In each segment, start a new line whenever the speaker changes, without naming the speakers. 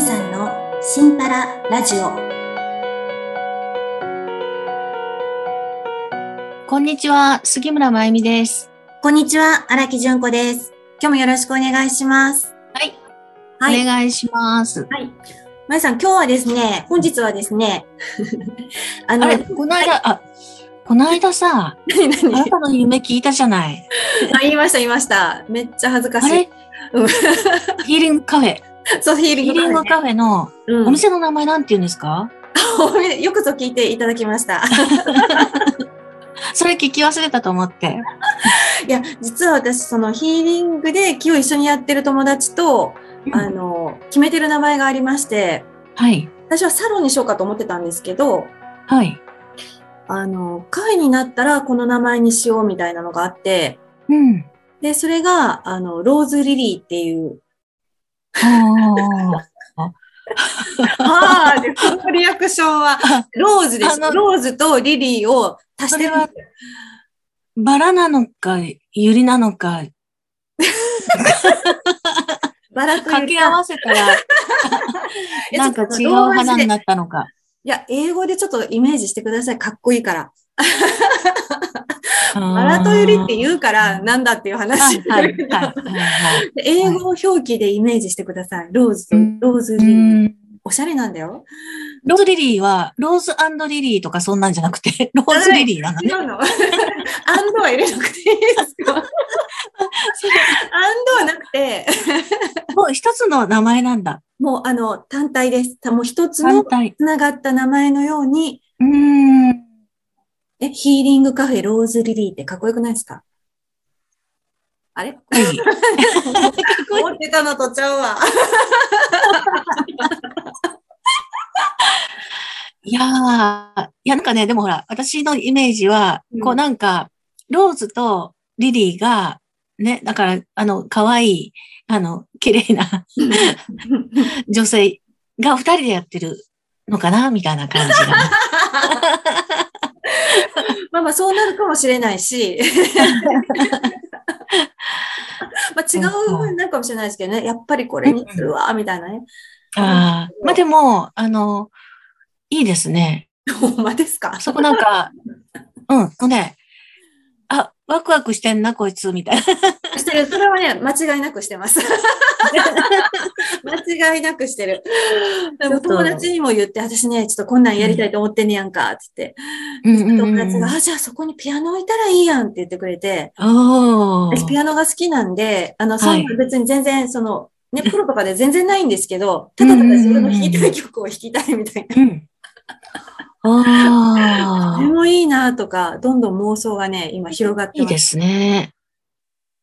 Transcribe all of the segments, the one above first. さんのシンパララジオ。
こんにちは、杉村まゆみです。
こんにちは、荒木純子です。今日もよろしくお願いします。
はい。
はい。
お願いします。
まゆさん、今日はですね、本日はです ね、あの、
あれ、
何
この間、あ、この間さ、あ
何
なたの夢聞いたじゃない。
あ言いました、言いました。めっちゃ恥ずか
あ
しい
れ。
うん
ヒーリングカフェ。
そう、ヒー
ヒ
リ
ー
ング
リングカフェの
うん
お店の名前なんて言うんですか、
お店 よくぞ聞いていただきま した。
それ聞き忘れたと思って。
いや、実は私、そのヒーリングで気を一緒にやってる友達と、あの、決めてる名前がありまして、
はい。
私はサロンにしようかと思ってたんですけど、
はい。
あの、カフェになったらこの名前にしようみたいなのがあって、
うん。
で、それが、あの、ローズリリーっていう。
おー
ああ、で、このリアクション は、ローズです。
あの
ローズとリリーを足してるんですよ。
バラなのか、ユリなのか、
バラと
掛
い
け
う
合
か、
わせたら、
え
なんか
ち
違
ょっとロ
う
ーマ字
花
で
になったのか。
いや、英語でちょっとイメージしてください。かっこいいから。バ
バ
ラとユリって言うから、
な
なんだっていう
は
話
い。はい。はい。はい。
で英語の表記でイメージしてください。ローズと、
うん
ローズ
う
リリー。
ん
おしゃれなんだよ。
ローズリリーは、ローズリリーとかそんなんじゃなく て、ローズリリーなんだ
違
ね。
うの アンドは入れなくていいです かアンドはなくて、
もう一つの名前なんだ。
もうあの、単体です。もう一つの
単体。
つながった名前のように、
うーん。
え、ヒーリングカフェローズリリーってかっこよくないですかあれ
はい。こいい
思ってたのとちゃう わ。
いやー、いやなんかね、でもほら、私のイメージは
うん、
こうなんか、ローズとリリーが、ね、だから、あの、可愛い、あの、綺麗な 女性が二人でやってるのかな、みたいな感じが。
まあまあそうなるかもしれない し。まあ違う分になるかもしれないですけどね。やっぱりこれにするわ、みたいなね。
ああ、まあでも、あの、いいですね。
ほんまですか
そこなんか、うん、こうね、あ、ワクワクしてんな、こいつ、みたいな。
してる。それはね、間違いなくして ます。間違いなくしてる。でも
ちょっと
友達にも言って、私ね、ちょっとこんなんやりたいと思ってんねやんか、って
う
言
ん
って。
うん
友
う
達
ん
が、あ、じゃあそこにピアノ置いたらいいやんって言ってくれて、
お
私ピ
ー。
アノが好きなんで、あの、そ
は
う
い
いうの別に全然、その、ね、プロとかで全然ないんですけど、ただただ自分の弾きたい曲を弾きたいみたいな。
うん。あ
これ
ー。
もいいなとか、どんどん妄想がね、今広がって
いい
ます。
ですね。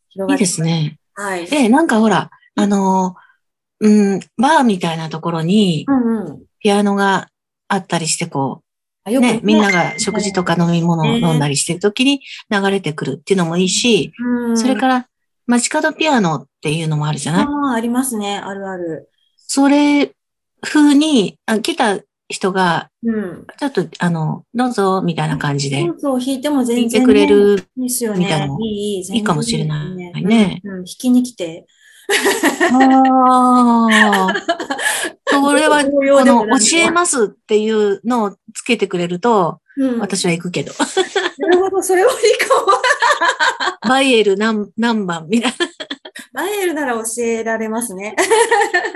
広が
いい
って
で
ます
すね。
はい。
で、なんかほら、あの、うん、バーみたいなところに
うんうん
ピアノがあったりして、こ
あ。
う、
よく
ね、みんなが食事とか飲み物を飲んだりしてるときに流れてくるっていうのもいいし、
うん
それから街角ピアノっていうのもあるじゃない
ああ、ありますね。あるある。
それ風に、あ来た人が、
うん。
ちょっと、あの、どうぞ、みたいな感じで
そう、そう、弾いても
聞
全
いて
然、
くれ。る。
いいですよね。
みたいなの
いい、いい全然
いいかもしれないね
いいねうん、うん弾きに来て。
あ あ。それは、こ
同様でも
の
な、く
教えますっていうのをつけてくれると、
うん、
私は行くけど。
なるほど、それはいいかも。
バイエル何何番みたい
バイエルなら教えられますね。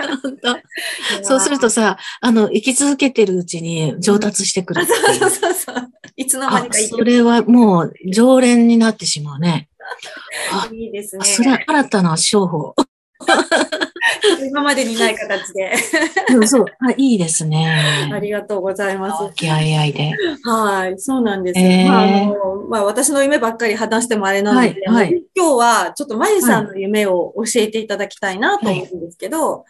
な。本当 そうするとさ、あの、生き続けてるうちに上達してくる
あ。
って
そう
い
そう
う。
そうそう。いつの間
あ
に、かい
それはもう常連になってしまうね。あ
いいですね
あ。それは新たな商法。
今までにない形で。
うんそう。あ、いいです
あ
ね。
りがとうございます。
気あいあいで。
はい、そうなんですよ。
へー
まあ、あの、まあ、私の夢ばっかり話してもあれなので、
はいはい
あの今日はちょっとまゆさんの夢を教えていただきたいなと思うんですけど、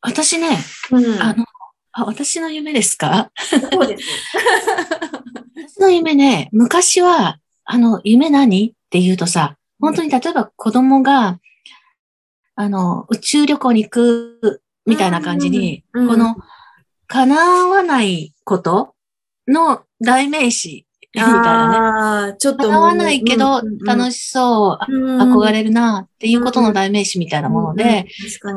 私ね、
うん、
あの、あ、私の夢ですか
そうです。
私の夢ね、昔は、あの、夢何って言うとさ、本当に例えば子供が、あの、宇宙旅行に行く、みたいな感じに、
うん
この、叶わないことの代名詞みたいなね。
ああ、ちょっと。
叶わないけど、楽しそう、憧れるな、っていうことの代名詞みたい
た
なもので、、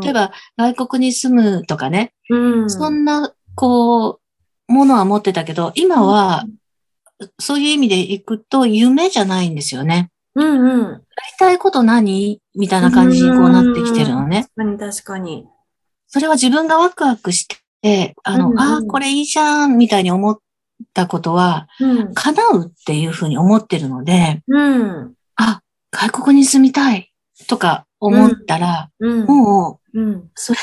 例えば外国に住むとかね、
ば
そんな、こう、ものは持ってたけど、今は、、そういう意味でいくと、夢じゃないんですよね。
うんうん。
やりたいこと何みたいな感じにこうなってきてるのね。
確かに確かに。
それは自分がワクワクして、あ
うん
の
う、ん
ああ、これいいじゃん、みたいに思ったことは、
うん。
叶うっていうふうに思ってるので、
うん。
あ、外国に住みたいとか思ったら、
うん。
も
う
う、
ん。
それ、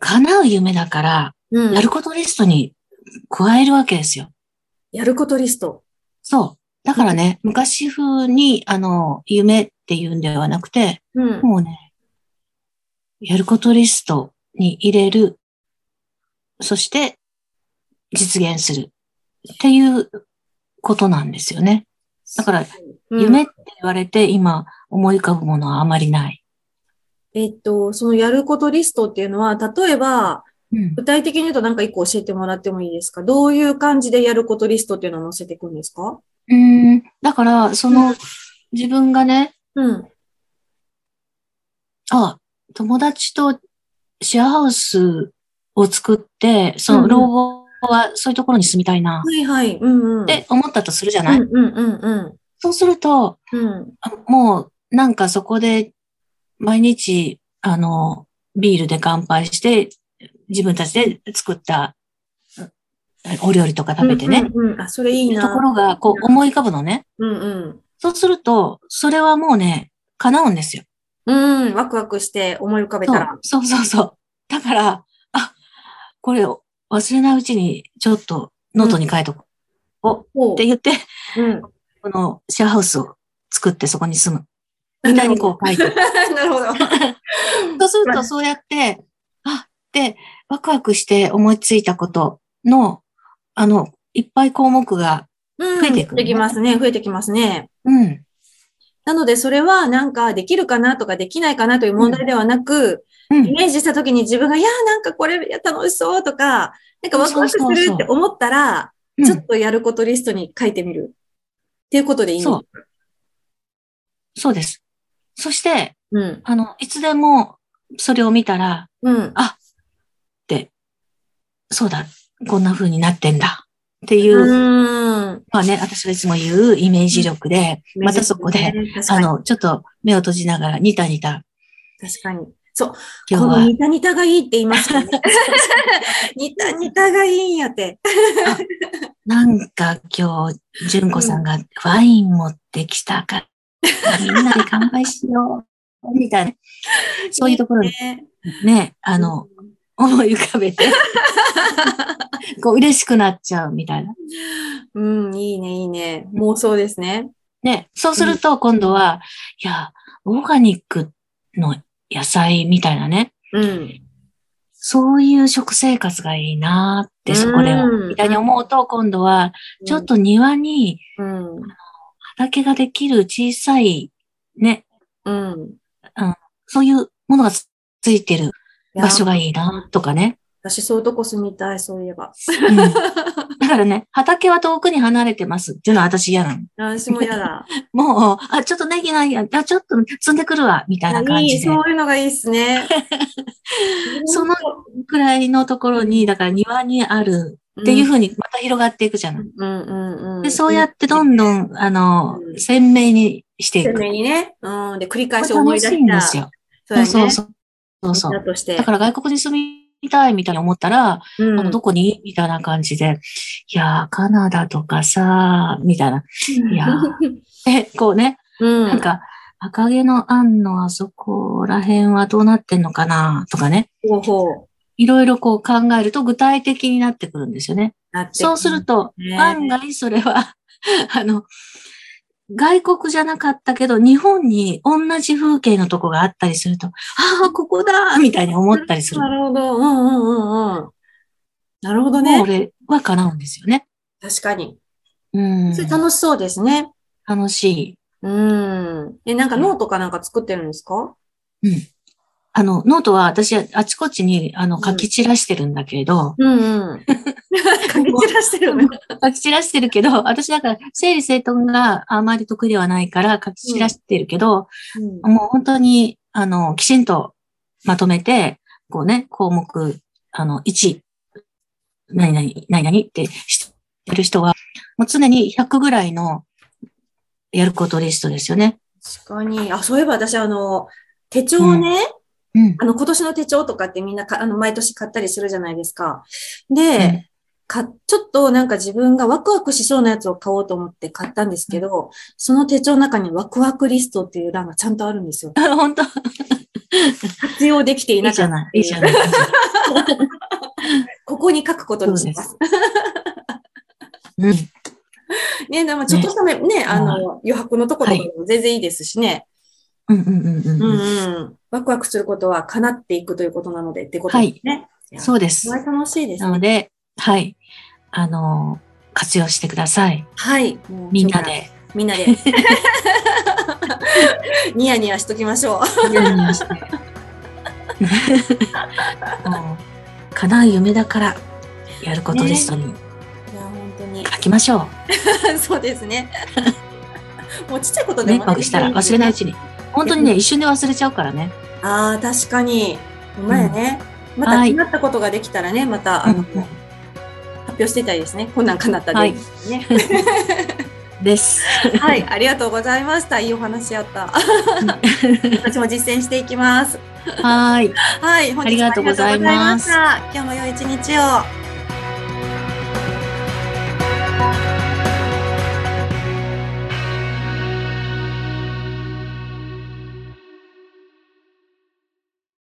叶う夢だから、
うん。
やることリストに加えるわけですよ。
やることリスト。
そう。だからね、昔風に、あの、夢っていうんではなくて、
うん。
もうね、やることリストに入れる。そして、実現する。っていうことなんですよね。だから、夢って言われて今思い浮かぶものはあまりない。
えっと、そのやることリストっていうのは、例えば、
うん
具体的に言うとなんか一個教えてもらってもいいですかどういう感じでやることリストっていうのを載せていくんですか
うん。だから、その、自分がね、
うん。
あ、友達とシェアハウスを作って、そ
うんう
の
ん
老後はそういうところに住みたい
は
な
いはい。うんうん。
って思ったとするじゃ
う
ない、
んうんうん
そうすると、
うん。うん。
あもうなんかそこで毎日、あの、ビールで乾杯して、自分たちで作ったうんお料理とか食べてね、っ
うんうんうん。あ、それい
て
い
いう
な。
ところがこう思い浮かぶのね。
うんうん。
そうすると、それはもうね、叶うんですよ。
うん、ワクワクして思い浮かべたら。
そうそうそうそう。だから、あ、これを忘れないうちにちょっとノートに書いとこ
ほ
う
う
って言って、
うん。
このシェアハウスを作ってそこに住む。みたいにこう書いて。
なるほど。
そうするとそうやって、あ、で、ワクワクして思いついたことの、あの、いっぱい項目が、
うん
増えていく
増えてきますね。増えてきますね。
うん、
なので、それはなんかできるかなとかできないかなという問題ではなく、
う
イ
ん、
メージしたときに自分が、いやー、なんかこれいや楽しそうとか、なんかワクワクす
そうそう
る
そう
って思ったら、
うん
ちょっとやることリストに書いてみる。っていうことでいいんです
そう。そうです。そして、
うん。
あの、いつでもそれを見たら、
うん。
そうだ、こんな風になってんだ。っていうう、
ーん。
まあね、私はいつも言うイメージ力で、またそこで、
確か
あ
に。
の、ちょっと目を閉じながら、ニタニタ、
確かに。そう。
今
この
日は、
ニタニタがいいって言いますよ ね。ニタニタがいいんやって。
なんか今日、純子さんがワイン持ってきたから、みんなで乾杯しよう、みたいな。そういうところに
ね。
ね、あの、思い浮かべて、こう嬉しくなっちゃうみたいな。
うん、いいね、いいね。妄想ですね。
ね、そうすると今度は、いや、オーガニックの野菜みたいなね、
うん。
そういう食生活がいいなーって、そこでは。
うん
みたいに思うと、今度は、ちょっと庭に
うん。うん。
畑ができる小さい、ね、
うん。
そういうものがつついてる場所
が。
がいいなと かね。
私、そういうとこ住みたい、そういえば。
うん、だからね、畑は遠くに離れてますっていうのは私嫌なの。
私も嫌 だ。
もう、あ、ちょっとネギないや、あ、ちょっと積んでくるわ、みたいな感
い
じ
い、
で。
そういうのがいいっす ね。
そのくらいのところに、だから庭にある
っ
っていうふうにまた広がっていくじゃない。
うんうんうん。
でそうやってどんどん、あの
う、ん
鮮明にしてい
鮮
く。
明にね。うん。で、繰り返し思
楽
い
し
出
い
し
んで
た。
すよ。
そうやね。
そうそうそうそう。
だとして。
だから外国に住みたいみたいに思ったら、
うん
あの、どこにみたいな感じで、いやー、カナダとかさー、みたいな。いやえ、こうね、
うん。
なんか、赤毛のアンのあそこら辺はどうなってんのかなとかね。
ほうほう。
いろいろこう考えると具体的になってくるんですよね。
なって
そうすると、
ね
案外それは、 あの、外国じゃなかったけど、日本に同じ風景のとこがあったりすると、ああ、ここだーみたいに思ったりする
な。るほど。うんうんうんうん。なるほど
もう
ね。
俺は叶うんですよね。
確かに。
うん
そ。れ楽しそうですね。
楽しい。
うん。え、なんかノートかなんか作ってるんですか
うん。あの、ノートは私、あちこちに、あの、書き散らしてるんだけれど、
うん うん。書き散らして るね。
書き散らしてるけど、私だから、整理整頓があまり得意ではないから、書き散らしてるけど、もう本当に、あの、きちんとまとめて、こうね、項目、あの、1、何々、何々ってしてる人は、もう常に100ぐらいのやることリストですよね。
確かに。あ、そういえば私、あの、手帳をね、
うん。
あの、今年の手帳とかってみんなか、あの、毎年買ったりするじゃないですか。で、か、ちょっとなんか自分がワクワクしそうなやつを買おうと思って買ったんですけど、その手帳の中にワクワクリストっていう欄がちゃんとあるんですよ。
うん、本当
活用できてい
いい
なか
じゃ
った
ない。いいじゃない。
ここに書くことにします。
うん。
ね、でもちょっとしたね、ねあ
は
の、余白のところとかでも全然いいですしね。
うんうんうんうん。
う
うんん
うん。ワクワクすることは叶っていくということなのでってことですね。
そうです。
すごい楽しいです
なの
ね。
で、はい。あの、活用してください。
はい。もう
みんな。で。
みん なで。ニヤニヤしときましょう。
ニヤニヤしてもう叶う夢だから、やることリスト
い
に
や、本当に。
書きましょ
そうですね。 もうちっちゃいこと
う。
で
ね、
もね、
まくしたら忘れないうちに。本当にね、一瞬で忘れちゃうからね。
ああ、確かに。うまいね。また
はい
気になったことができたらね、また、あの、発表していたいですね。こんなんかなったで。ね
です。
はい、ありがとうございました。いいお話や った。私も実践していきます。
はーい。
はい、本日も
ありがとうございます
ありがとうございました今日も良い一日を。